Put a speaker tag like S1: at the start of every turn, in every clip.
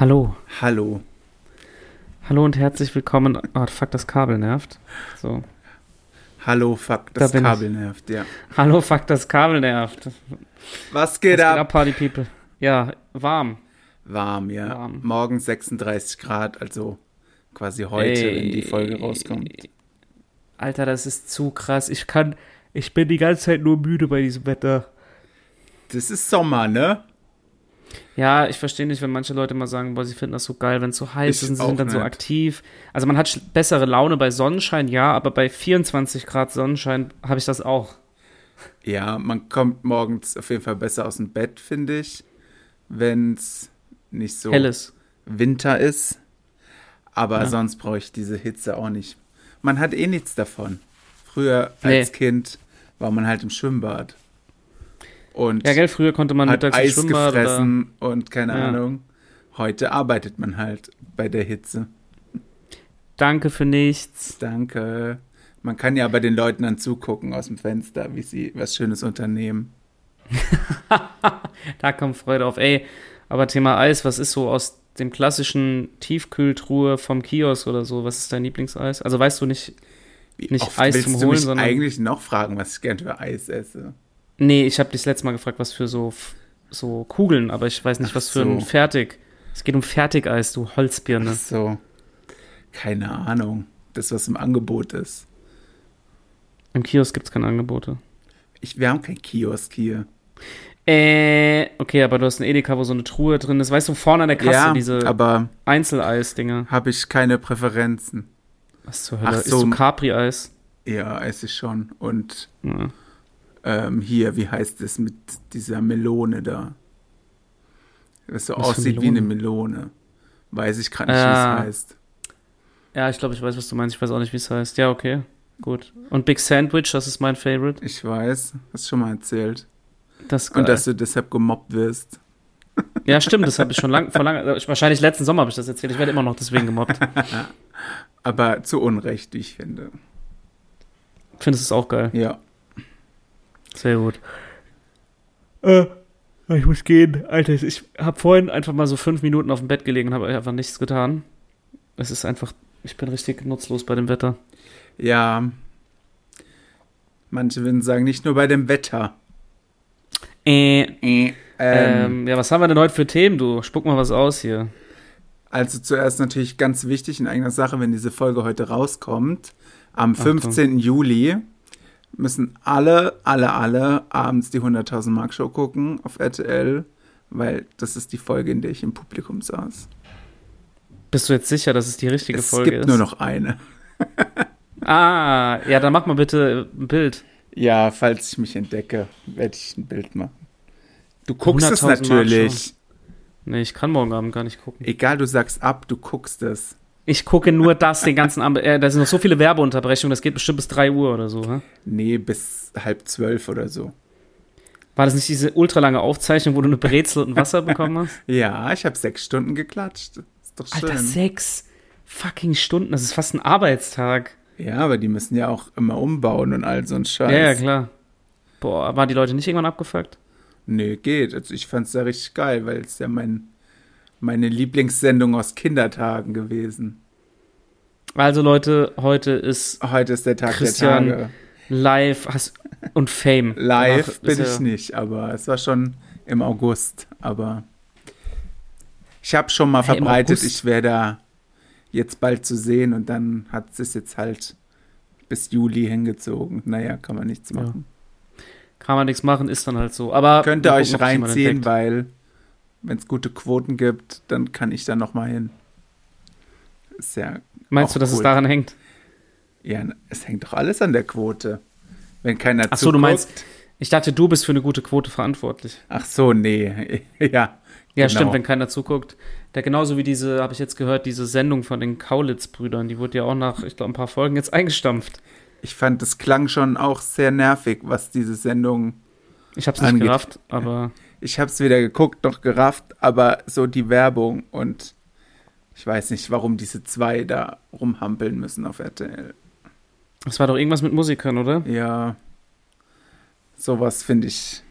S1: Hallo.
S2: Hallo.
S1: Hallo und herzlich willkommen. Oh, fuck, das Kabel nervt. So.
S2: Hallo, fuck, das
S1: Da bin
S2: Kabel nervt, ja.
S1: Hallo, fuck, das Kabel nervt. Was
S2: Was geht,
S1: geht
S2: ab?
S1: ab, Party People? Ja, warm.
S2: Warm, ja.
S1: Warm.
S2: Morgen 36 Grad, also quasi heute, wenn die Folge
S1: Ey.
S2: rauskommt.
S1: Alter, das ist zu krass. Ich kann, ich bin die ganze Zeit nur müde bei diesem Wetter.
S2: Das ist Sommer, ne?
S1: Ja, ich verstehe nicht, wenn manche Leute mal sagen, boah, sie finden das so geil, wenn es so heiß
S2: Ich
S1: ist und sie
S2: auch
S1: sind dann so
S2: nicht.
S1: aktiv. Also man hat schl- bessere Laune bei Sonnenschein, ja, aber bei 24 Grad Sonnenschein habe ich das auch.
S2: Ja, man kommt morgens auf jeden Fall besser aus dem Bett, finde ich, wenn es nicht so
S1: Helles.
S2: Winter ist. Aber
S1: Ja.
S2: sonst brauche ich diese Hitze auch nicht. Man hat eh nichts davon. Früher als Kind war man halt im Schwimmbad. Und
S1: Ja, gell, früher konnte man
S2: hat
S1: mittags im
S2: Eis
S1: Schwimmbad oder...
S2: gefressen und keine
S1: Ja.
S2: Ahnung. Heute arbeitet man halt bei der Hitze.
S1: Danke für nichts.
S2: Danke. Man kann ja aber den Leuten dann zugucken aus dem Fenster, wie sie was Schönes unternehmen.
S1: Da kommt Freude auf. Ey, aber Thema Eis, was ist so aus dem klassischen Tiefkühltruhe vom Kiosk oder so? Was ist dein Lieblingseis? Also weißt du nicht.
S2: Wie
S1: Nicht Eis
S2: willst
S1: zum
S2: du
S1: Holen,
S2: mich
S1: sondern-
S2: eigentlich noch fragen, was ich gern für Eis esse?
S1: Nee, ich habe dich das letzte Mal gefragt, was für so, so Kugeln, aber ich weiß nicht,
S2: Ach
S1: was für
S2: so.
S1: ein Fertig. Es geht um Fertigeis, du
S2: Ach
S1: Holzbirne.
S2: so. Keine Ahnung. Das, was im Angebot ist.
S1: Im Kiosk gibt's keine Angebote.
S2: Ich, wir haben kein Kiosk hier.
S1: Äh, okay, aber du hast einen Edeka, wo so eine Truhe drin ist. Weißt du, vorne an der Kasse
S2: ja,
S1: diese
S2: aber
S1: Einzeleis-Dinger.
S2: habe ich keine Präferenzen.
S1: Was zur Hölle?
S2: Ach
S1: Ist
S2: so.
S1: so Capri-Eis?
S2: Ja, esse ich schon. Und
S1: Ja.
S2: ähm, hier, wie heißt es mit dieser Melone da? Das so
S1: Was für
S2: aussieht wie eine Melone. Weiß ich gerade nicht,
S1: Ah.
S2: wie es heißt.
S1: Ja, ich glaube, ich weiß, was du meinst. Ich weiß auch nicht, wie es heißt. Ja, okay. Gut. Und Big Sandwich, das ist mein Favorite.
S2: Ich weiß, hast schon mal erzählt.
S1: Das ist geil.
S2: Und dass du deshalb gemobbt wirst.
S1: ja, stimmt, das habe ich schon lang, vor lange, wahrscheinlich letzten Sommer habe ich das erzählt. Ich werde immer noch deswegen gemobbt.
S2: Aber zu Unrecht, wie ich finde.
S1: Findest du es auch geil?
S2: Ja.
S1: Sehr gut. Äh, ich muss gehen. Alter, ich habe vorhin einfach mal so fünf Minuten auf dem Bett gelegen und habe einfach nichts getan. Es ist einfach, ich bin richtig nutzlos bei dem Wetter.
S2: Ja. Manche würden sagen, nicht nur bei dem Wetter.
S1: Äh,
S2: Äh, ähm,
S1: ähm, ja, was haben wir denn heute für Themen, du? Spuck mal was aus hier.
S2: Also zuerst natürlich ganz wichtig in eigener Sache, wenn diese Folge heute rauskommt, am
S1: Achtung.
S2: 15. Juli müssen alle, alle, alle abends die 100.000 Mark Show gucken auf RTL, weil das ist die Folge, in der ich im Publikum saß.
S1: Bist du jetzt sicher, dass es die richtige
S2: es
S1: Folge
S2: gibt
S1: ist?
S2: nur noch eine.
S1: Ah, ja, dann mach mal bitte ein Bild.
S2: Ja, falls ich mich entdecke, werde ich ein Bild machen. Du guckst es
S1: 100.000 Mark Show.
S2: natürlich.
S1: Nee, ich kann morgen Abend gar nicht gucken.
S2: Egal, du sagst ab, du guckst es.
S1: Ich gucke nur das den ganzen Abend. Äh, da sind noch so viele Werbeunterbrechungen, das geht bestimmt bis 3 Uhr oder so. Hä?
S2: Nee, bis halb zwölf oder so.
S1: War das nicht diese ultralange Aufzeichnung, wo du eine Brezel und Wasser bekommen hast?
S2: Ja, ich habe sechs Stunden geklatscht. Ist doch schön.
S1: Alter, sechs fucking Stunden, das ist fast ein Arbeitstag.
S2: Ja, aber die müssen ja auch immer umbauen und all so ein Scheiß.
S1: Ja, ja, klar. Boah, waren die Leute nicht irgendwann abgefuckt?
S2: Nö, geht. Also ich fand's ja richtig geil, weil es ja mein, meine Lieblingssendung aus Kindertagen gewesen.
S1: Also Leute, heute ist
S2: Heute ist der Tag
S1: Christian,
S2: der Tage.
S1: live Hass und Fame.
S2: Live
S1: Danach
S2: bin
S1: ist
S2: ich
S1: ja-
S2: nicht, aber es war schon im August. Aber ich habe schon mal
S1: Hey, im
S2: verbreitet,
S1: August?
S2: ich wäre da jetzt bald zu sehen und dann hat es jetzt halt bis Juli hingezogen. Naja, kann man nichts
S1: Ja.
S2: machen.
S1: Kann man nichts machen, ist dann halt so. Aber
S2: Könnt ihr
S1: mal
S2: euch
S1: gucken, ob es jemand
S2: reinziehen,
S1: entdeckt.
S2: weil wenn es gute Quoten gibt, dann kann ich da nochmal hin. Ist ja,
S1: Meinst
S2: auch
S1: du, dass es
S2: cool.
S1: daran hängt?
S2: ja, es hängt doch alles an der Quote. Wenn keiner
S1: Ach so, du
S2: zuguckt-
S1: meinst- Ich dachte, du bist für eine gute Quote verantwortlich.
S2: Ach so, nee. ja,
S1: Ja,
S2: Genau.
S1: stimmt, wenn keiner zuguckt. Der genauso wie diese, habe ich jetzt gehört, diese Sendung von den Kaulitz-Brüdern, die wurde ja auch nach, ich glaube, ein paar Folgen jetzt eingestampft.
S2: ich fand, das klang schon auch sehr nervig, was diese Sendung.
S1: Ich habe es nicht
S2: Angeht-
S1: gerafft, aber
S2: Ich habe es weder geguckt noch gerafft, aber so die Werbung und ich weiß nicht, warum diese zwei da rumhampeln müssen auf RTL.
S1: es war doch irgendwas mit Musikern, oder?
S2: Ja, sowas finde ich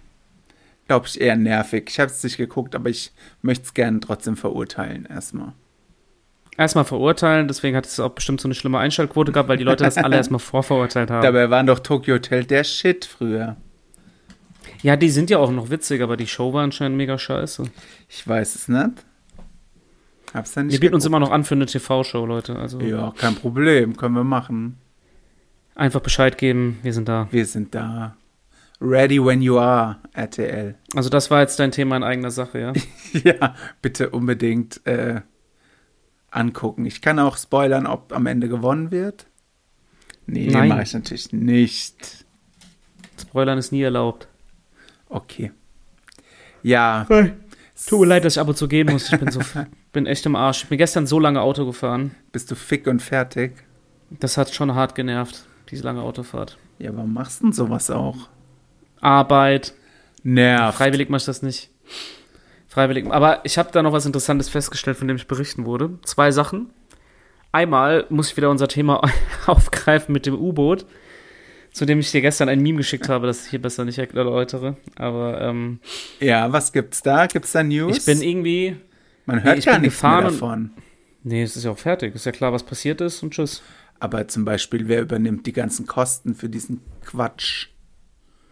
S2: glaube ich, eher nervig. Ich habe es nicht geguckt, aber ich möchte es gerne trotzdem verurteilen, erstmal.
S1: Erstmal verurteilen, deswegen hat es auch bestimmt so eine schlimme Einschaltquote gehabt, weil die Leute das alle erstmal vorverurteilt haben.
S2: Dabei waren doch Tokyo Hotel der Shit früher.
S1: Ja, die sind ja auch noch witzig, aber die Show war anscheinend mega scheiße.
S2: Ich weiß es nicht.
S1: Hab's dann nicht. Wir bieten uns immer noch an für eine TV-Show, Leute. Also
S2: Ja, kein Problem, können wir machen.
S1: einfach Bescheid geben, wir sind da.
S2: Wir sind da. Ready when you are, RTL.
S1: Also das war jetzt dein Thema in eigener Sache, ja?
S2: Ja, bitte unbedingt äh, angucken. Ich kann auch spoilern, ob am Ende gewonnen wird. Nee,
S1: Nein.
S2: mache ich natürlich nicht.
S1: Spoilern ist nie erlaubt.
S2: Okay. Ja,
S1: Tut mir leid, dass ich ab und zu gehen muss. Ich bin, so, bin echt im Arsch. Ich bin gestern so lange Auto gefahren.
S2: bist du fick und fertig?
S1: Das hat schon hart genervt, diese lange Autofahrt.
S2: Ja, warum machst du denn sowas auch?
S1: Arbeit,
S2: Nerv.
S1: Ah, freiwillig mache ich das nicht. Freiwillig. Aber ich habe da noch was Interessantes festgestellt, von dem ich berichten wurde. Zwei Sachen. Einmal muss ich wieder unser Thema aufgreifen mit dem U-Boot, zu dem ich dir gestern ein Meme geschickt habe, das ich hier besser nicht erläutere. Aber ähm,
S2: Ja, was gibt's da? Gibt's da News?
S1: ich bin irgendwie
S2: Man hört
S1: nee, ich
S2: gar
S1: bin
S2: nichts mehr
S1: gefahren und-
S2: davon.
S1: Nee, es ist ja auch fertig. Ist ja klar, was passiert ist und tschüss.
S2: Aber zum Beispiel, wer übernimmt die ganzen Kosten für diesen Quatsch?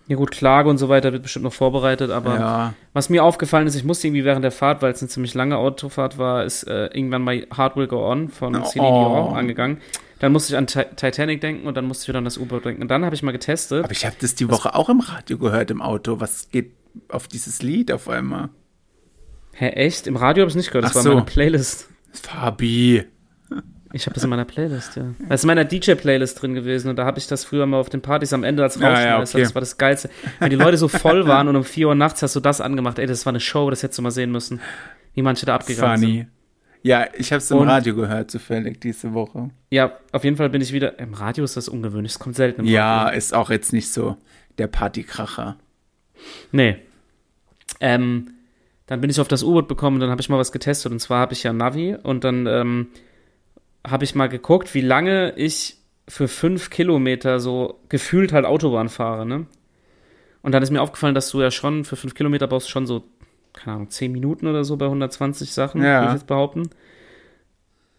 S1: Ja gut, Klage und so weiter wird bestimmt noch vorbereitet, aber
S2: Ja,
S1: was mir aufgefallen ist, ich musste irgendwie während der Fahrt, weil es eine ziemlich lange Autofahrt war, ist äh, irgendwann mal Hard Will Go On von
S2: Oh.
S1: Celine Dion angegangen. Dann musste ich an Ti- Titanic denken und dann musste ich wieder an das U-Boot denken. Und dann habe ich mal getestet.
S2: aber ich habe das die Woche auch im Radio gehört im Auto. Was geht auf dieses Lied auf einmal?
S1: Hä, echt? Im Radio habe ich nicht gehört, das
S2: Ach
S1: war
S2: so.
S1: in meiner Playlist.
S2: Fabi.
S1: Ich habe das in meiner Playlist, ja. Das ist in meiner DJ-Playlist drin gewesen und da habe ich das früher mal auf den Partys am Ende als
S2: Ja, ja,
S1: Rauschmeißer.
S2: okay.
S1: Das war das Geilste. Wenn die Leute so voll waren und um 4 Uhr nachts hast du das angemacht, ey, das war eine Show, das hättest du mal sehen müssen, wie manche da abgegangen sind.
S2: Funny. Ja, ich habe es im
S1: Und-
S2: Radio gehört zufällig diese Woche.
S1: Ja, auf jeden Fall bin ich wieder. Im Radio ist das ungewöhnlich, es kommt selten. Im
S2: Ja,
S1: Radio.
S2: ist auch jetzt nicht so der Partykracher.
S1: Nee. Ähm, dann bin ich auf das U-Boot gekommen und dann habe ich mal was getestet. Und zwar habe ich ja Navi und dann ähm, habe ich mal geguckt, wie lange ich für fünf Kilometer so gefühlt halt Autobahn fahre, ne? Und dann ist mir aufgefallen, dass du ja schon für fünf Kilometer brauchst schon so, keine Ahnung, zehn Minuten oder so bei 120 Sachen,
S2: Ja.
S1: würde ich jetzt behaupten.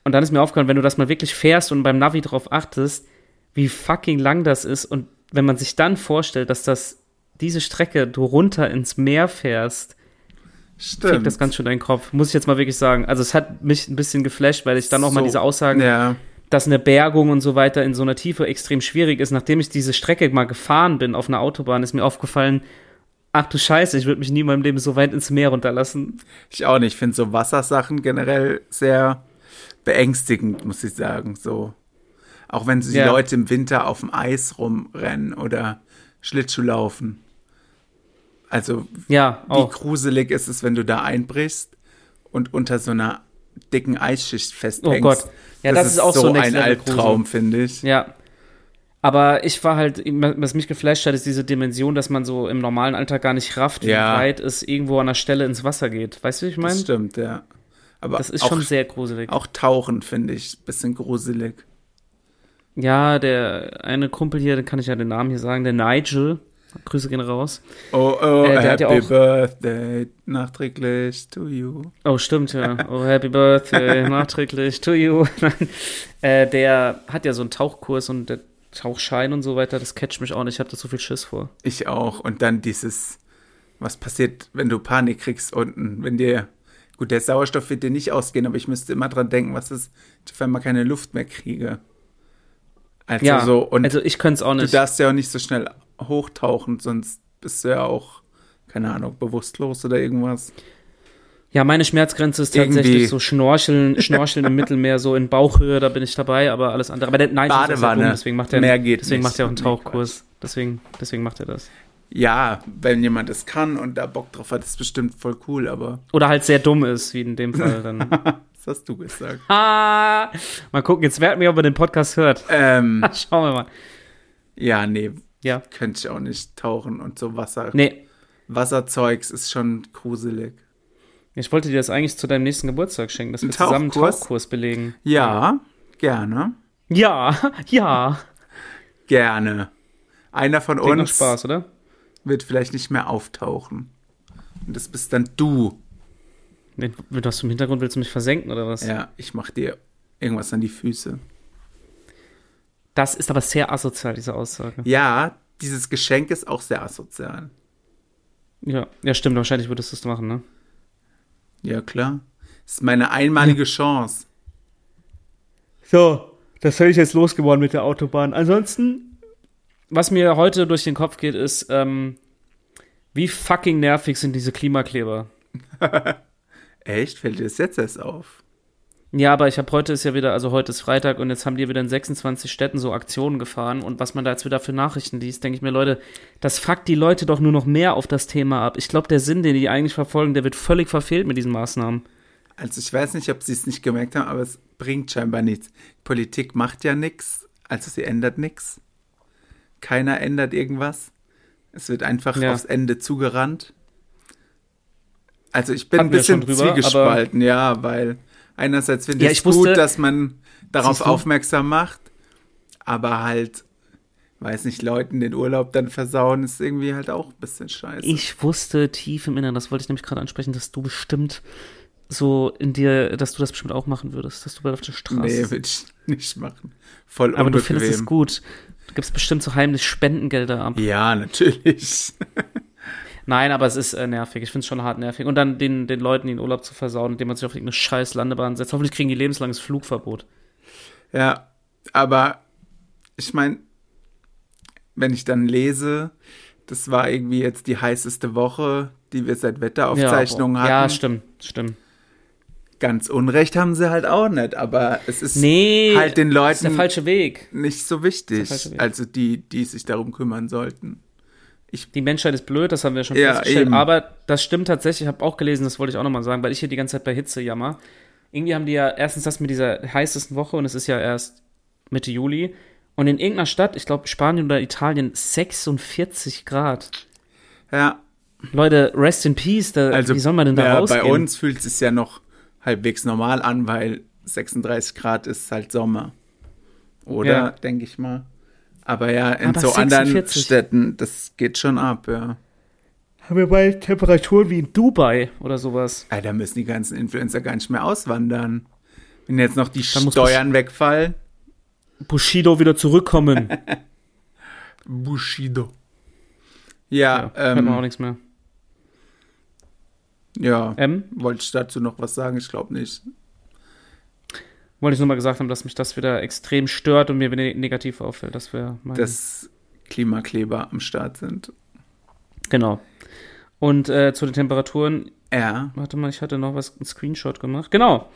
S1: Und dann ist mir aufgefallen, wenn du das mal wirklich fährst und beim Navi drauf achtest, wie fucking lang das ist. Und wenn man sich dann vorstellt, dass das diese Strecke du runter ins Meer fährst, kriegt
S2: Stimmt.
S1: das ganz schön in den Kopf. Muss ich jetzt mal wirklich sagen. Also es hat mich ein bisschen geflasht, weil ich dann auch mal
S2: So.
S1: diese Aussagen
S2: Ja,
S1: dass eine Bergung und so weiter in so einer Tiefe extrem schwierig ist. Nachdem ich diese Strecke mal gefahren bin auf einer Autobahn, ist mir aufgefallen, ach du Scheiße, ich würde mich nie in meinem Leben so weit ins Meer runterlassen.
S2: ich auch nicht. Ich finde so Wassersachen generell sehr beängstigend, muss ich sagen. So. Auch wenn so die
S1: Ja.
S2: Leute im Winter auf dem Eis rumrennen oder Schlittschuh laufen. Also,
S1: Ja, oh.
S2: wie
S1: auch.
S2: gruselig ist es, wenn du da einbrichst und unter so einer dicken Eisschicht festhängst.
S1: Oh Gott. Ja, das, ist auch so, Next
S2: ein
S1: Level
S2: Albtraum, finde ich.
S1: Grusel. Ja. Aber ich war halt, was mich geflasht hat, ist diese Dimension, dass man so im normalen Alltag gar nicht rafft,
S2: Ja.
S1: wie weit es irgendwo an der Stelle ins Wasser geht. Weißt du, wie ich
S2: Das
S1: meine?
S2: stimmt, ja. Aber
S1: Das ist
S2: auch,
S1: schon sehr gruselig.
S2: auch tauchen finde ich ein bisschen gruselig.
S1: Ja, der eine Kumpel hier, den kann ich ja den Namen hier sagen, der Nigel. Grüße gehen raus.
S2: Oh, oh,
S1: Äh, der hat
S2: happy
S1: ja auch-
S2: birthday, nachträglich to you.
S1: Oh, stimmt, ja. Oh, happy birthday, nachträglich to you. Nein. äh, der hat ja so einen Tauchkurs und der Tauchschein und so weiter, das catcht mich auch nicht. Ich habe da so viel Schiss vor.
S2: Ich auch. Und dann dieses, was passiert, wenn du Panik kriegst unten, wenn dir, gut, der Sauerstoff wird dir nicht ausgehen, aber ich müsste immer dran denken, was ist, wenn ich mal keine Luft mehr kriege. Also
S1: ja,
S2: so, und
S1: also ich könnte es auch
S2: du
S1: nicht.
S2: darfst ja auch nicht so schnell hochtauchen, sonst bist du ja auch, keine Ahnung, bewusstlos oder irgendwas.
S1: Ja, meine Schmerzgrenze ist
S2: Irgendwie-
S1: tatsächlich so Schnorcheln, Schnorcheln im Mittelmeer, so in Bauchhöhe, da bin ich dabei, aber alles andere. Aber der nein, ist auch sehr
S2: Badewanne.
S1: dumm, deswegen macht er,
S2: Mehr geht
S1: deswegen
S2: nicht.
S1: macht er auch einen
S2: Nee,
S1: Tauchkurs. Deswegen, deswegen macht er das.
S2: Ja, wenn jemand das kann und da Bock drauf hat, ist bestimmt voll cool, aber
S1: Oder halt sehr dumm ist, wie in dem Fall dann.
S2: was hast du gesagt?
S1: ah, mal gucken, jetzt werten wir, ob er den Podcast hört.
S2: ähm,
S1: Schauen wir mal.
S2: ja, nee,
S1: Ja.
S2: könnte ich auch nicht tauchen und so Wasser.
S1: Nee,
S2: Wasserzeugs ist schon gruselig.
S1: Ich wollte dir das eigentlich zu deinem nächsten Geburtstag schenken, dass wir
S2: Ein
S1: zusammen einen
S2: Tauchkurs?
S1: Tauchkurs belegen.
S2: Ja, gerne.
S1: Ja, ja.
S2: Gerne. Einer von
S1: Klingt noch
S2: uns
S1: Spaß, oder?
S2: wird vielleicht nicht mehr auftauchen. Und das bist dann du.
S1: Mit mit was zum Hintergrund willst du mich versenken oder was?
S2: Ja, ich mach dir irgendwas an die Füße.
S1: Das ist aber sehr asozial, diese Aussage.
S2: Ja, dieses Geschenk ist auch sehr asozial.
S1: Ja, ja stimmt, wahrscheinlich würdest du es machen, ne?
S2: Ja, klar. Das ist meine einmalige Chance.
S1: So, das hätte ich jetzt losgeworden mit der Autobahn. Ansonsten, was mir heute durch den Kopf geht, ist, ähm, wie fucking nervig sind diese Klimakleber.
S2: Echt? Fällt dir das jetzt erst auf?
S1: Ja, aber ich habe heute ist ja wieder, also heute ist Freitag und jetzt haben die wieder in 26 Städten so Aktionen gefahren und was man da jetzt wieder für Nachrichten liest, denke ich mir, Leute, das fuckt die Leute doch nur noch mehr auf das Thema ab. Ich glaube, der Sinn, den die eigentlich verfolgen, der wird völlig verfehlt mit diesen Maßnahmen.
S2: Also ich weiß nicht, ob sie es nicht gemerkt haben, aber es bringt scheinbar nichts. Politik macht ja nichts, also sie ändert nichts. Keiner ändert irgendwas. Es wird einfach
S1: Ja.
S2: aufs Ende zugerannt. Also ich bin
S1: Hatten
S2: ein
S1: wir
S2: bisschen
S1: schon drüber, aber-
S2: zwiegespalten, ja, weil einerseits finde
S1: Ja,
S2: ich es
S1: ich wusste-
S2: gut, dass man darauf
S1: Siehst du?
S2: aufmerksam macht, aber halt, weiß nicht, Leuten den Urlaub dann versauen, ist irgendwie halt auch ein bisschen scheiße.
S1: Ich wusste tief im Inneren, das wollte ich nämlich gerade ansprechen, dass du bestimmt so in dir, dass du das bestimmt auch machen würdest, dass du bald auf der Straße
S2: nee,
S1: sitzt.
S2: würde ich nicht machen. Voll
S1: Aber du
S2: unbequem.
S1: findest es gut. Du gibst bestimmt so heimlich Spendengelder ab.
S2: Ja, natürlich.
S1: Nein, aber es ist äh, nervig. Ich finde es schon hart nervig. Und dann den, den Leuten den Urlaub zu versauen, indem man sich auf irgendeine scheiß Landebahn setzt. Hoffentlich kriegen die lebenslanges Flugverbot.
S2: Ja, aber ich meine, wenn ich dann lese, das war irgendwie jetzt die heißeste Woche, die wir seit Wetteraufzeichnungen
S1: ja, boah.
S2: hatten.
S1: Ja, stimmt, stimmt.
S2: Ganz Unrecht haben sie halt auch nicht, aber es ist
S1: Nee,
S2: halt den
S1: das ist der
S2: Leuten
S1: falsche Weg.
S2: nicht so
S1: Das ist der falsche
S2: wichtig.
S1: Weg.
S2: Also die, die sich darum kümmern sollten.
S1: Die Menschheit ist blöd, das haben wir schon
S2: Ja,
S1: festgestellt.
S2: eben.
S1: Aber das stimmt tatsächlich. Ich habe auch gelesen, das wollte ich auch nochmal sagen, weil ich hier die ganze Zeit bei Hitze jammer. Irgendwie haben die ja erstens das mit dieser heißesten Woche und es ist ja erst Mitte Juli. Und in irgendeiner Stadt, ich glaube Spanien oder Italien, 46 Grad.
S2: Ja,
S1: Leute, rest in peace. Da,
S2: also
S1: wie soll man denn da
S2: ja,
S1: rausgehen?
S2: bei uns fühlt es sich ja noch halbwegs normal an, weil 36 Grad ist halt Sommer. Oder,
S1: Ja.
S2: denke ich mal. Aber ja, in
S1: Aber
S2: so anderen
S1: 46.
S2: Städten, das geht schon ab, ja.
S1: haben wir bald Temperaturen wie in Dubai oder sowas.
S2: Ja, da müssen die ganzen Influencer gar nicht mehr auswandern. Wenn jetzt noch die
S1: Dann muss
S2: Steuern wegfallen.
S1: Bushido wieder zurückkommen.
S2: Bushido. Ja,
S1: ja, genau.
S2: ja,
S1: hört man auch
S2: ähm,
S1: nichts mehr.
S2: ja.
S1: Ähm,
S2: Wollte ich dazu noch was sagen? Ich glaube nicht.
S1: wollte ich nur mal gesagt haben, dass mich das wieder extrem stört und mir ne negativ auffällt. Das wäre mein.
S2: Dass Klimakleber am Start sind.
S1: genau. Und äh, zu den Temperaturen,
S2: Ja,
S1: warte mal, ich hatte noch was, einen Screenshot gemacht. Genau.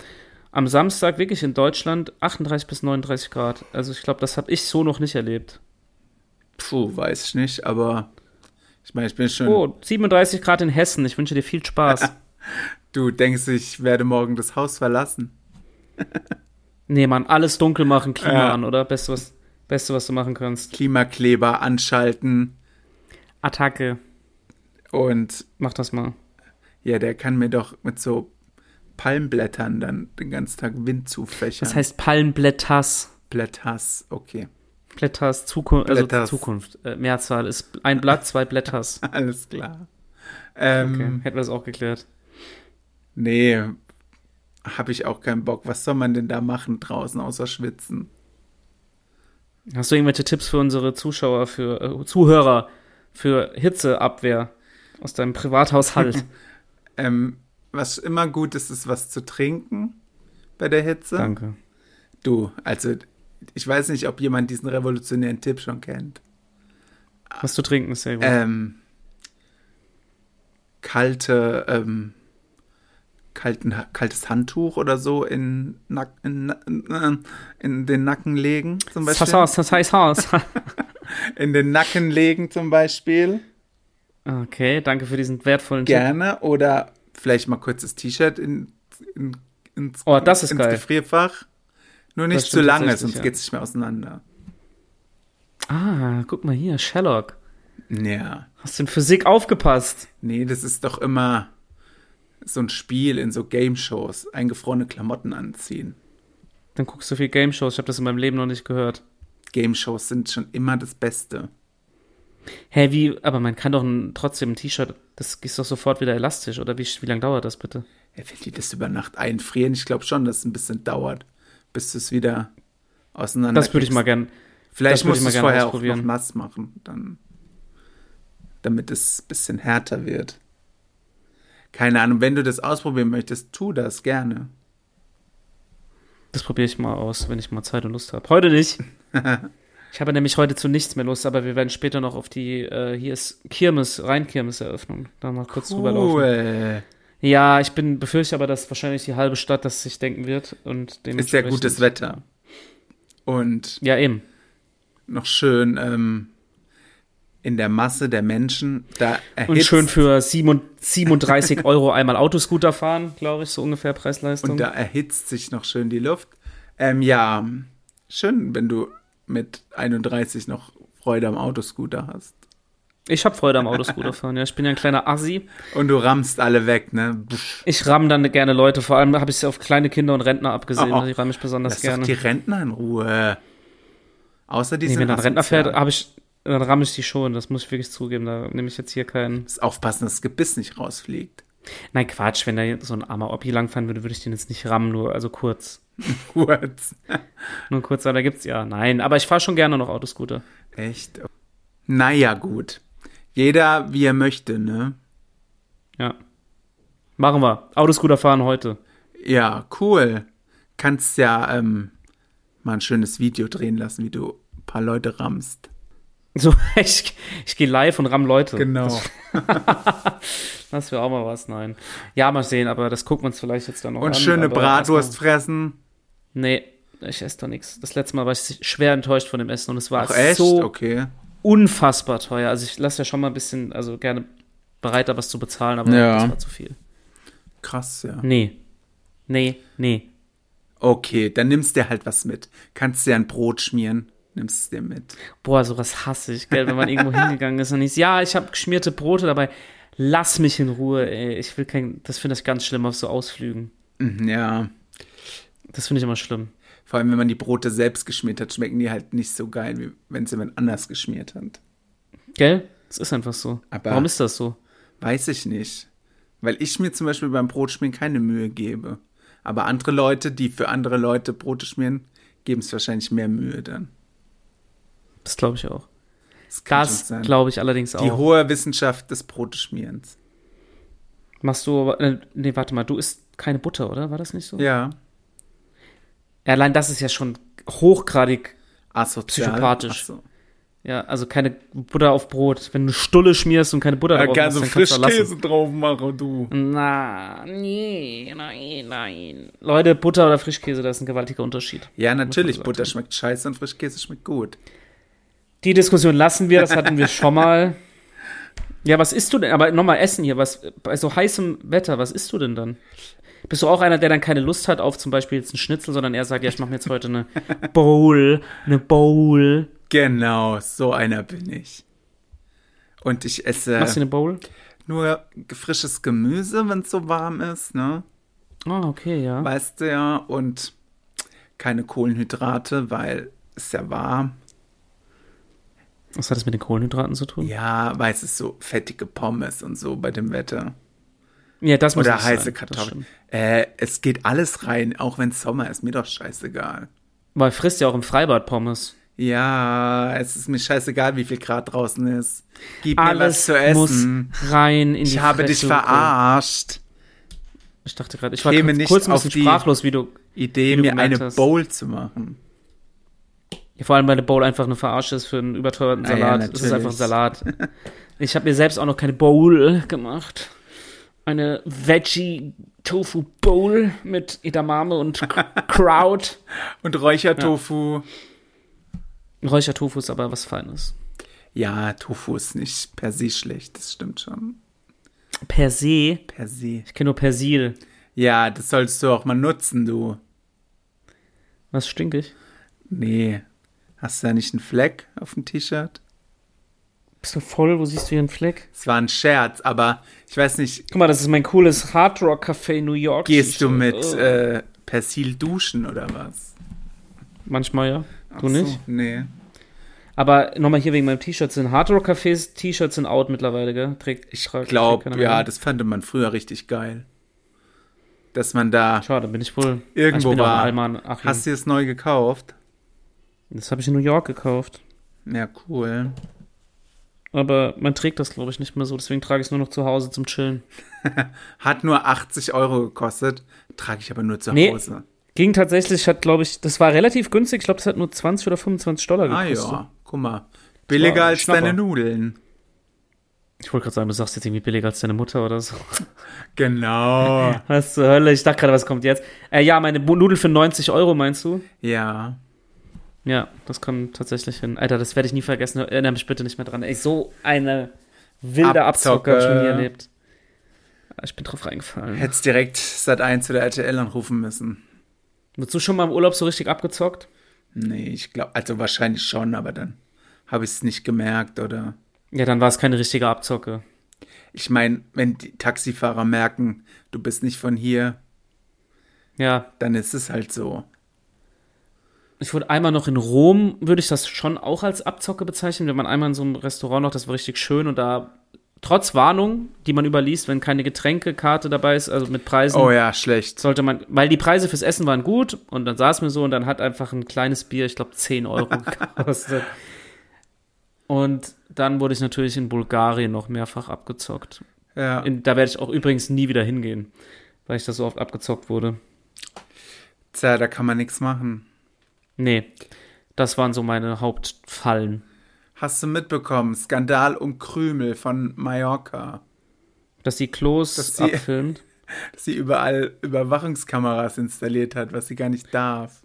S1: Am Samstag wirklich in Deutschland 38 bis 39 Grad. Also ich glaube, das habe ich so noch nicht erlebt.
S2: puh, weiß ich nicht, aber ich meine, ich bin schon.
S1: Oh, 37 Grad in Hessen. Ich wünsche dir viel Spaß.
S2: Du denkst, ich werde morgen das Haus verlassen.
S1: nee, Mann, alles dunkel machen, Klima
S2: Ja.
S1: an, oder? Beste was, Beste, was du machen kannst.
S2: Klimakleber anschalten
S1: Attacke.
S2: und
S1: Mach das mal.
S2: ja, der kann mir doch mit so Palmblättern dann den ganzen Tag Wind zufächern.
S1: Das heißt Palmblätters.
S2: Blätters, okay.
S1: Blätters, Zukunft, also
S2: Blätters.
S1: Zukunft. Äh, Mehrzahl ist ein Blatt, zwei Blätters.
S2: Alles klar.
S1: Okay,
S2: Ähm,
S1: hätten wir das auch geklärt.
S2: Nee, habe ich auch keinen Bock. Was soll man denn da machen draußen, außer schwitzen?
S1: Hast du irgendwelche Tipps für unsere Zuschauer, für äh, Zuhörer, für Hitzeabwehr aus deinem Privathaushalt?
S2: Ähm, was immer gut ist, ist was zu trinken bei der Hitze.
S1: Danke.
S2: Du, also ich weiß nicht, ob jemand diesen revolutionären Tipp schon kennt.
S1: Was zu trinken ist sehr gut.
S2: Ähm, kalte, ähm, kalten, kaltes Handtuch oder so in, Nack, in, in, in den Nacken legen, zum
S1: das
S2: Beispiel.
S1: heißt, das heißt Haus.
S2: In den Nacken legen zum Beispiel.
S1: Okay, danke für diesen wertvollen Tipp.
S2: Gerne. Oder vielleicht mal kurzes T-Shirt in, in, ins,
S1: Oh, das ist
S2: ins
S1: geil.
S2: Gefrierfach. Nur nicht
S1: Das
S2: zu
S1: stimmt
S2: lange,
S1: tatsächlich,
S2: sonst
S1: ja.
S2: geht's nicht mehr auseinander.
S1: Ah, guck mal hier, Sherlock.
S2: Ja.
S1: Hast du in Physik aufgepasst?
S2: Nee, das ist doch immer so ein Spiel in so Game-Shows. Eingefrorene Klamotten anziehen.
S1: Dann guckst du viel Game Shows. Ich habe das in meinem Leben noch nicht gehört.
S2: Game-Shows sind schon immer das Beste.
S1: Hä, wie, aber man kann doch ein, trotzdem ein T-Shirt, das ist doch sofort wieder elastisch, oder wie, wie lange dauert das bitte?
S2: Ja, wenn die das über Nacht einfrieren, ich glaube schon, dass es ein bisschen dauert, bis du es wieder auseinander
S1: Das würde ich mal gern.
S2: Vielleicht
S1: das würde ich
S2: musst du
S1: mal
S2: es
S1: gerne
S2: vorher auch noch
S1: ausprobieren.
S2: nass machen, dann, damit es ein bisschen härter wird. Keine Ahnung, wenn du das ausprobieren möchtest, tu das gerne.
S1: Das probiere ich mal aus, wenn ich mal Zeit und Lust habe. Heute nicht. ich habe nämlich heute zu nichts mehr Lust, aber wir werden später noch auf die, äh, hier ist Kirmes, Rheinkirmes-Eröffnung, da mal kurz drüber laufen.
S2: Cool.
S1: Ja, ich bin, befürchte aber, dass wahrscheinlich die halbe Stadt das sich denken wird und
S2: Ist ja
S1: dementsprechend.
S2: gutes Wetter. Und
S1: Ja, eben.
S2: noch schön ähm, in der Masse der Menschen. Da
S1: Und
S2: erhitzt,
S1: schön für 37 Euro einmal Autoscooter fahren, glaube ich, so ungefähr Preisleistung.
S2: und da erhitzt sich noch schön die Luft. Ähm, ja, schön, wenn du mit 31 noch Freude am Autoscooter hast.
S1: ich habe Freude am Autoscooter fahren, ja. Ich bin ja ein kleiner Assi.
S2: Und du rammst alle weg, ne? Pff,
S1: Ich ramm dann gerne Leute, vor allem habe ich es auf kleine Kinder und Rentner abgesehen,
S2: Oh, oh.
S1: die ramm ich besonders
S2: Lass
S1: gerne.
S2: doch die Rentner in Ruhe. Außer die
S1: Nee,
S2: sind
S1: wenn ein Rentner
S2: asozial.
S1: fährt, habe ich, dann ramme ich die schon, das muss ich wirklich zugeben, da nehme ich jetzt hier keinen.
S2: Muss Aufpassen, dass das Gebiss nicht rausfliegt.
S1: Nein, Quatsch, wenn da jetzt so ein armer Oppi langfahren würde, würde ich den jetzt nicht rammen, nur, also kurz.
S2: Kurz.
S1: Nur kurz, aber da gibt's ja, nein, aber ich fahre schon gerne noch Autoscooter.
S2: Echt? Naja, gut. Jeder, wie er möchte, ne?
S1: Ja. Machen wir. Autoscooter fahren heute.
S2: Ja, cool. Kannst ja ähm, mal ein schönes Video drehen lassen, wie du ein paar Leute rammst.
S1: So, ich, ich gehe live und ramm Leute.
S2: Genau.
S1: Das wäre auch mal was, nein. Ja, mal sehen, aber das gucken wir uns vielleicht jetzt dann noch an.
S2: Und schöne
S1: aber
S2: Bratwurst fressen.
S1: erstmal- Nee, ich esse doch nichts. Das letzte Mal war ich schwer enttäuscht von dem Essen und es war
S2: Ach Oh, echt?
S1: so
S2: okay.
S1: unfassbar teuer. Also ich lasse ja schon mal ein bisschen, also gerne bereit, da was zu bezahlen, aber
S2: Ja.
S1: das war zu viel.
S2: Krass, ja.
S1: Nee. Nee, nee.
S2: Okay, dann nimmst dir halt was mit. Kannst dir ein Brot schmieren, nimmst es dir mit.
S1: Boah, sowas hasse ich, gell, wenn man irgendwo hingegangen ist und nichts. Ja, ich habe geschmierte Brote dabei. Lass mich in Ruhe, ey. Ich will kein, das finde ich ganz schlimm auf so Ausflügen.
S2: Mhm, Ja.
S1: Das finde ich immer schlimm.
S2: Vor allem, wenn man die Brote selbst geschmiert hat, schmecken die halt nicht so geil, wie wenn es jemand anders geschmiert hat.
S1: Gell? Es ist einfach so.
S2: Aber-
S1: Warum ist das so?
S2: Weiß ich nicht. Weil ich mir zum Beispiel beim Brotschmieren keine Mühe gebe. Aber andere Leute, die für andere Leute Brote schmieren, geben es wahrscheinlich mehr Mühe dann.
S1: Das glaube ich auch.
S2: Das kann
S1: Das
S2: schon sein.
S1: glaube ich allerdings
S2: Die
S1: auch.
S2: hohe Wissenschaft des Broteschmierens.
S1: Machst du aber. äh, Nee, warte mal, du isst keine Butter, oder? War das nicht so?
S2: Ja.
S1: Allein das ist ja schon hochgradig
S2: Asozial.
S1: Psychopathisch.
S2: Ach so.
S1: Ja, also keine Butter auf Brot. Wenn du Stulle schmierst und keine Butter
S2: Da
S1: drauf
S2: kannst
S1: machst,
S2: du
S1: dann kannst du da lassen.
S2: also Frischkäse drauf machen, du.
S1: Na, nee, nein, nein. Leute, Butter oder Frischkäse, das ist ein gewaltiger Unterschied.
S2: Ja, natürlich. Butter schmeckt scheiße und Frischkäse schmeckt gut.
S1: Die Diskussion lassen wir, das hatten wir schon mal. Ja, was isst du denn? Aber nochmal Essen hier, was bei so heißem Wetter, was isst du denn dann? Bist du auch einer, der dann keine Lust hat auf zum Beispiel jetzt einen Schnitzel, sondern er sagt, ja, ich mache mir jetzt heute eine Bowl, eine Bowl.
S2: Genau, so einer bin ich. Und ich esse
S1: Machst du eine Bowl?
S2: nur frisches Gemüse, wenn es so warm ist, ne?
S1: Ah, okay, ja.
S2: weißt du ja, und keine Kohlenhydrate, weil es ja warm.
S1: Was hat das mit den Kohlenhydraten zu tun?
S2: Ja, weil es ist so fettige Pommes und so bei dem Wetter.
S1: Ja, das muss
S2: Oder
S1: nicht
S2: heiße
S1: sein, das
S2: Kartoffeln.
S1: stimmt.
S2: Äh, es geht alles rein, auch wenn es Sommer ist, mir doch scheißegal.
S1: Weil frisst ja auch im Freibad Pommes.
S2: Ja, es ist mir scheißegal, wie viel Grad draußen ist. Gib mir was
S1: Alles
S2: zu essen.
S1: muss rein in die
S2: Ich habe dich
S1: Fresse und so.
S2: verarscht.
S1: Ich dachte gerade, ich war
S2: Käme
S1: kurz,
S2: nicht
S1: kurz ein bisschen
S2: auf die-
S1: sprachlos, wie du.
S2: Idee,
S1: Wie du
S2: mir
S1: gemerkt
S2: eine
S1: hast.
S2: Bowl zu machen.
S1: Ja, vor allem, weil eine Bowl einfach eine Verarsche ist für einen überteuerten
S2: Ah ja,
S1: Salat. es ist
S2: natürlich.
S1: einfach ein Salat. Ich habe mir selbst auch noch keine Bowl gemacht. Eine Veggie-Tofu-Bowl mit Edamame und K- Kraut.
S2: Und Räuchertofu.
S1: Räuchertofu ist aber was Feines.
S2: Ja. ja, Tofu ist nicht per se schlecht, das stimmt schon.
S1: Per se,
S2: Per se.
S1: ich kenne nur Persil.
S2: Ja, das solltest du auch mal nutzen, du.
S1: Was stinkig?
S2: Nee. Hast du da nicht einen Fleck auf dem T-Shirt?
S1: Bist du voll? Wo siehst du hier einen Fleck?
S2: Es war ein Scherz, aber ich weiß nicht,
S1: Guck mal, das ist mein cooles Hard Rock Café New York.
S2: gehst du mit
S1: Oh.
S2: äh, Persil duschen oder was?
S1: Manchmal ja.
S2: Ach
S1: Du nicht?
S2: So, nee.
S1: Aber nochmal hier wegen meinem T-Shirt sind Hard Rock Cafés, T-Shirts sind out mittlerweile, gell? Trägt,
S2: Ich
S1: tragt- trägt
S2: glaube,
S1: keiner
S2: ja,
S1: mehr.
S2: das fand man früher richtig geil. Dass man da
S1: Schade, bin ich wohl. Ah,
S2: irgendwo
S1: ich bin
S2: war.
S1: Auch in Alman, Aachen.
S2: Hast du es neu gekauft?
S1: Das habe ich in New York gekauft.
S2: Ja, cool.
S1: Aber man trägt das, glaube ich, nicht mehr so. Deswegen trage ich es nur noch zu Hause zum Chillen.
S2: Hat nur 80 Euro gekostet, trage ich aber nur zu
S1: Nee.
S2: Hause.
S1: Ging tatsächlich, hat, glaube ich, das war relativ günstig. Ich glaube, das hat nur 20 oder 25 Dollar
S2: Ah
S1: gekostet.
S2: ja, guck mal. Billiger als
S1: Schnapper.
S2: deine Nudeln.
S1: Ich wollte gerade sagen, du sagst jetzt irgendwie billiger als deine Mutter oder so.
S2: Genau.
S1: Was zur Hölle? Ich dachte gerade, was kommt jetzt? Äh, ja, meine Bu- Nudel für 90 Euro, meinst du?
S2: ja.
S1: Ja, das kann tatsächlich hin. Alter, das werde ich nie vergessen. Erinnere mich bitte nicht mehr dran. Ey, so eine wilde Abzocke
S2: Abzocke.
S1: habe ich schon nie erlebt. Ah, Ich bin drauf reingefallen.
S2: Hättest direkt Sat 1 oder RTL anrufen müssen.
S1: Wurdest du schon mal im Urlaub so richtig abgezockt?
S2: Nee, ich glaube, also wahrscheinlich schon, aber dann habe ich es nicht gemerkt oder.
S1: Ja, dann war es keine richtige Abzocke.
S2: Ich meine, wenn die Taxifahrer merken, du bist nicht von hier,
S1: Ja,
S2: dann ist es halt so.
S1: ich wurde einmal noch in Rom, würde ich das schon auch als Abzocke bezeichnen, wenn man einmal in so einem Restaurant noch, das war richtig schön und da trotz Warnung, die man überliest, wenn keine Getränkekarte dabei ist, also mit Preisen,
S2: Oh ja, schlecht.
S1: sollte man, weil die Preise fürs Essen waren gut und dann saßen wir so und dann hat einfach ein kleines Bier, ich glaube, 10 Euro gekostet. Und dann wurde ich natürlich in Bulgarien noch mehrfach abgezockt.
S2: Ja.
S1: In, da werde ich auch übrigens nie wieder hingehen, weil ich da so oft abgezockt wurde.
S2: Tja, da kann man nichts machen.
S1: Nee, das waren so meine Hauptfallen.
S2: Hast du mitbekommen, Skandal um Krümel von Mallorca,
S1: Dass die Klos
S2: Dass die-
S1: abfilmt.
S2: dass sie überall Überwachungskameras installiert hat, was sie gar nicht darf.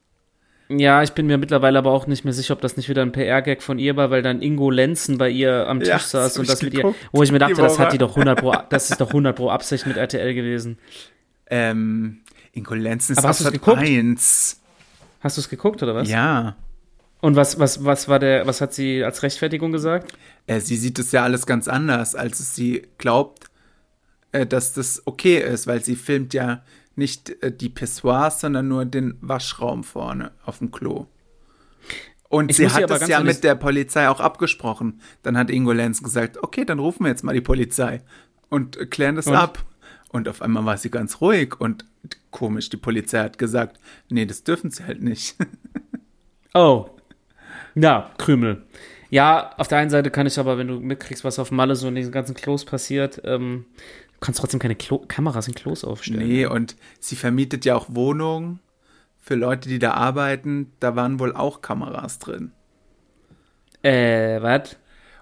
S1: Ja, ich bin mir mittlerweile aber auch nicht mehr sicher, ob das nicht wieder ein PR-Gag von ihr war, weil dann Ingo Lenzen bei ihr am Tisch
S2: Ja, das
S1: saß
S2: hab
S1: und
S2: ich
S1: das mit ihr,
S2: geguckt,
S1: wo ich mir dachte,
S2: die
S1: das hat
S2: Woche.
S1: die doch 100 pro, das ist doch 100 pro Absicht mit RTL gewesen.
S2: Ähm, Ingo Lenzen ist
S1: Aber
S2: auf
S1: hast du's
S2: Sat
S1: geguckt?
S2: 1.
S1: Hast du es geguckt oder was?
S2: Ja.
S1: Und was, was, was war der, was hat sie als Rechtfertigung gesagt?
S2: Äh, sie sieht es ja alles ganz anders, als es sie glaubt, äh, dass das okay ist, weil sie filmt ja nicht äh, die Pissoirs, sondern nur den Waschraum vorne auf dem Klo. Und
S1: Ich
S2: sie
S1: muss sie
S2: hat
S1: aber
S2: das
S1: ganz
S2: ja
S1: ehrlich-
S2: mit der Polizei auch abgesprochen. Dann hat Ingo Lenz gesagt, okay, dann rufen wir jetzt mal die Polizei und äh, klären das
S1: Und?
S2: ab. Und auf einmal war sie ganz ruhig und komisch, die Polizei hat gesagt, nee, das dürfen sie halt nicht.
S1: Oh. Ja, Krümel. Ja, auf der einen Seite kann ich aber, wenn du mitkriegst, was auf Malle so in diesen ganzen Klos passiert, ähm, du kannst trotzdem keine Klo Kameras in Klos aufstellen.
S2: Nee, und sie vermietet ja auch Wohnungen für Leute, die da arbeiten. Da waren wohl auch Kameras drin.
S1: Äh, was?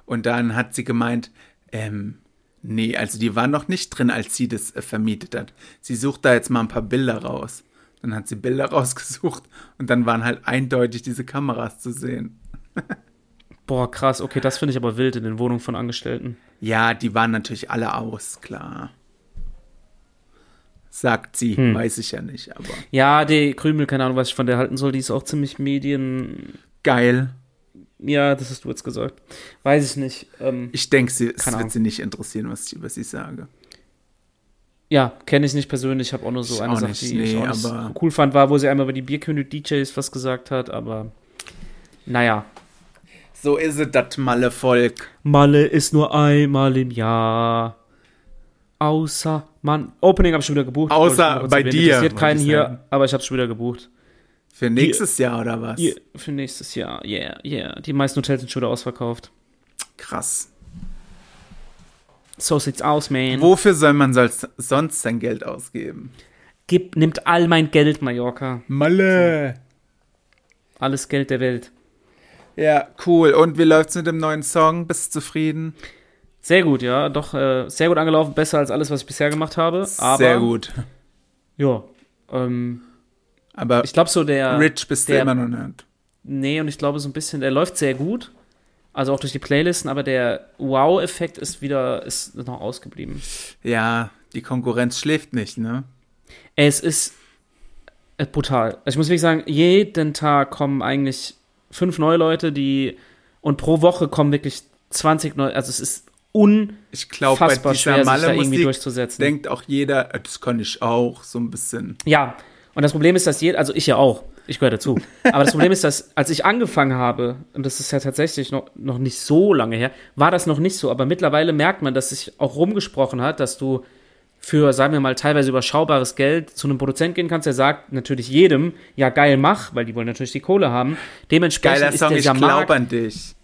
S2: Und dann hat sie gemeint, ähm, nee, also die waren noch nicht drin, als sie das äh, vermietet hat. Sie sucht da jetzt mal ein paar Bilder raus. Dann hat sie Bilder rausgesucht und dann waren halt eindeutig diese Kameras zu sehen.
S1: Boah, krass. Okay, das finde ich aber wild in den Wohnungen von Angestellten.
S2: Ja, die waren natürlich alle aus, klar. Sagt sie,
S1: Hm.
S2: weiß ich ja nicht, aber
S1: Ja, die Krümel, keine Ahnung, was ich von der halten soll, die ist auch ziemlich Medien.
S2: geil.
S1: Ja, das hast du jetzt gesagt. Weiß ich nicht. Ähm,
S2: Ich denke, sie, es
S1: Keine Ahnung.
S2: wird sie nicht interessieren, was ich über sie sage.
S1: ja, kenne ich nicht persönlich. Ich habe auch nur so
S2: Ich
S1: eine
S2: auch
S1: Sache,
S2: nicht,
S1: die ich
S2: nee,
S1: auch nicht
S2: aber-
S1: cool fand, war, wo sie einmal über die Bierkönig DJs was gesagt hat, aber naja.
S2: So ist es, das malle Volk.
S1: Malle ist nur einmal im Jahr. Außer, Mann, Opening habe ich schon wieder gebucht.
S2: Außer
S1: Wollte ich nur kurz
S2: bei
S1: erwähnen.
S2: dir,
S1: Interessiert
S2: wollte
S1: keinen
S2: ich
S1: hier,
S2: sagen.
S1: aber ich habe schon wieder gebucht.
S2: Für nächstes Jahr oder was?
S1: Hier, für nächstes Jahr, yeah, yeah. Die meisten Hotels sind schon wieder ausverkauft.
S2: Krass.
S1: So sieht's aus, man.
S2: Wofür soll man solls- sonst sein Geld ausgeben?
S1: Gib, nimmt all mein Geld, Mallorca.
S2: Malle.
S1: Alles Geld der Welt.
S2: Ja, cool. Und wie läuft's mit dem neuen Song? Bist du zufrieden?
S1: Sehr gut, ja. Doch, äh, sehr gut angelaufen. Besser als alles, was ich bisher gemacht habe. Aber,
S2: Sehr gut.
S1: Ja. Ähm,
S2: Aber
S1: ich glaube, so der.
S2: rich bist du
S1: der-
S2: immer noch nicht.
S1: Nee, und ich glaube so ein bisschen, der läuft sehr gut. Also auch durch die Playlisten, aber der Wow-Effekt ist wieder, ist noch ausgeblieben.
S2: Ja, die Konkurrenz schläft nicht, ne?
S1: Es ist äh, brutal. Also ich muss wirklich sagen, jeden Tag kommen eigentlich fünf neue Leute, die und pro Woche kommen wirklich 20 neue, also es ist unfassbar
S2: Ich glaube, bei
S1: schwer,
S2: dieser
S1: sich da irgendwie
S2: Malle-Musik
S1: durchzusetzen.
S2: denkt auch jeder, äh, das kann ich auch, so ein bisschen.
S1: Ja, und Und das Problem ist, dass jeder, also ich ja auch, ich gehöre dazu. Aber das Problem ist, dass als ich angefangen habe, und das ist ja tatsächlich noch, noch nicht so lange her, war das noch nicht so. Aber mittlerweile merkt man, dass sich auch rumgesprochen hat, dass du für, sagen wir mal, teilweise überschaubares Geld zu einem Produzent gehen kannst, der sagt natürlich jedem, ja geil, mach, weil die wollen natürlich die Kohle haben. Dementsprechend
S2: Geiler
S1: ist
S2: Song, ich
S1: dieser
S2: glaub
S1: Markt,
S2: an dich.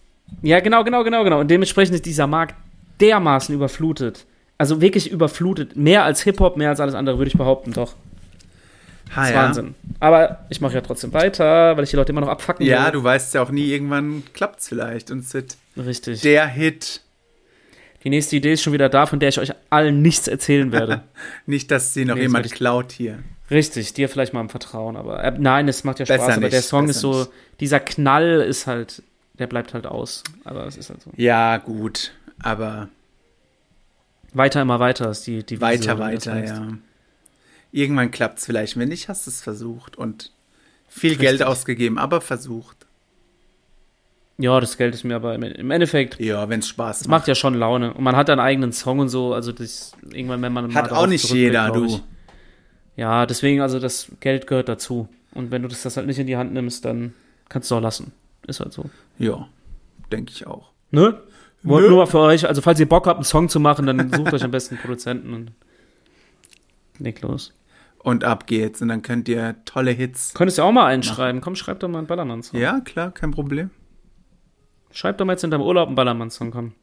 S1: ja genau, genau, genau, genau. Und dementsprechend ist dieser Markt dermaßen überflutet. Also wirklich überflutet. Mehr als Hip-Hop, mehr als alles andere, würde ich behaupten, doch.
S2: Ha,
S1: Das ist
S2: ja.
S1: Wahnsinn. Aber ich mache ja trotzdem weiter, weil ich die Leute immer noch abfacken
S2: Ja,
S1: will.
S2: du weißt ja auch nie, irgendwann klappt's vielleicht und es wird
S1: Richtig.
S2: der Hit.
S1: die nächste Idee ist schon wieder da, von der ich euch allen nichts erzählen werde.
S2: Nicht, dass sie noch
S1: Nee, das werd
S2: jemand
S1: ich-
S2: klaut hier.
S1: Richtig, dir vielleicht mal im Vertrauen, aber äh, nein, es macht ja
S2: Besser
S1: Spaß, aber
S2: nicht,
S1: der Song
S2: besser
S1: ist so,
S2: nicht.
S1: dieser Knall ist halt, der bleibt halt aus. Aber es ist halt so.
S2: Ja, gut, aber
S1: Weiter, immer weiter ist die, die Devise,
S2: weiter,
S1: wie das
S2: weiter,
S1: heißt.
S2: ja. Irgendwann klappt's vielleicht. Wenn nicht, hast du es versucht und viel
S1: Richtig.
S2: Geld ausgegeben, aber versucht.
S1: Ja, das Geld ist mir aber im, im Endeffekt,
S2: Ja, wenn's Spaß
S1: es
S2: macht.
S1: macht ja schon Laune. Und man hat einen eigenen Song und so, also das, irgendwann, wenn man mal
S2: Hat auch
S1: darauf
S2: nicht
S1: zurückblickt,
S2: jeder,
S1: glaub
S2: du.
S1: ich. Ja, deswegen, also das Geld gehört dazu. Und wenn du das, das halt nicht in die Hand nimmst, dann kannst du es auch lassen. Ist halt so.
S2: Ja, denke ich auch.
S1: Ne? Wollt
S2: Nö.
S1: nur mal für euch, also falls ihr Bock habt, einen Song zu machen, dann sucht euch am besten einen Produzenten und legt los.
S2: Und ab geht's. Und dann könnt ihr tolle Hits.
S1: Könntest du auch mal einschreiben. Komm, schreib doch mal einen Ballermann-Song.
S2: Ja, klar, kein Problem.
S1: Schreib doch mal jetzt in deinem Urlaub einen Ballermann-Song, komm.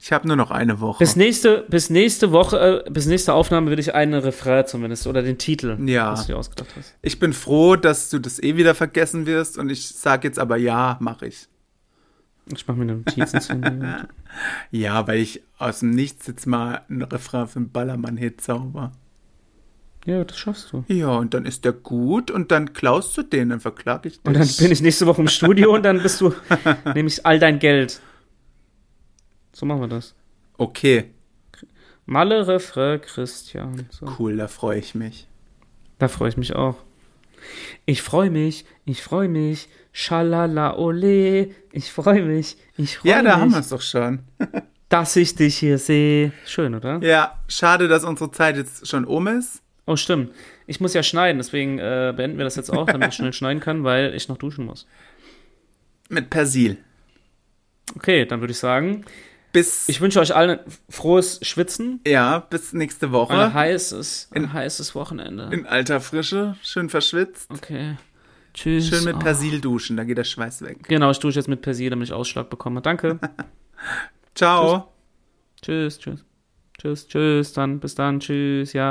S2: Ich habe nur noch eine Woche.
S1: Bis nächste, bis nächste Woche, äh, bis nächste Aufnahme will ich einen Refrain zumindest oder den Titel,
S2: Ja.
S1: was du dir ausgedacht hast.
S2: Ich bin froh, dass du das eh wieder vergessen wirst und ich sag jetzt aber ja, mache ich.
S1: Ich mach mir eine Notiz. ins Handy.
S2: Ja, weil ich aus dem Nichts jetzt mal einen Refrain für einen Ballermann-Hit zauber.
S1: ja, das schaffst du.
S2: Ja, und dann ist der gut und dann klaust du den, dann verklag ich dich.
S1: Und dann bin ich nächste Woche im Studio und dann bist du, nehme ich all dein Geld. So machen wir das.
S2: Okay,
S1: Malle, Refrain, Christian. So.
S2: cool, da freue ich mich.
S1: Da freue ich mich auch. Ich freue mich, ich freue mich, schalala ole, ich freue mich, ich freue
S2: ja, da haben
S1: mich,
S2: wir es doch schon.
S1: dass ich dich hier sehe. Schön, oder?
S2: Ja, schade, dass unsere Zeit jetzt schon um ist.
S1: Oh, stimmt. Ich muss ja schneiden, deswegen äh, beenden wir das jetzt auch, damit ich schnell schneiden kann, weil ich noch duschen muss.
S2: Mit Persil.
S1: Okay, dann würde ich sagen,
S2: Bis,
S1: ich wünsche euch allen frohes Schwitzen,
S2: ja, bis nächste
S1: ein
S2: Woche.
S1: heißes, ein heißes Wochenende.
S2: In alter Frische, schön verschwitzt.
S1: Okay. Tschüss.
S2: Schön mit
S1: Oh.
S2: Persil duschen, da geht der Schweiß weg.
S1: Genau, ich dusche jetzt mit Persil, damit ich Ausschlag bekomme. Danke.
S2: Ciao.
S1: tschüss, tschüss. Tschüss, tschüss, dann bis dann, tschüss, ja.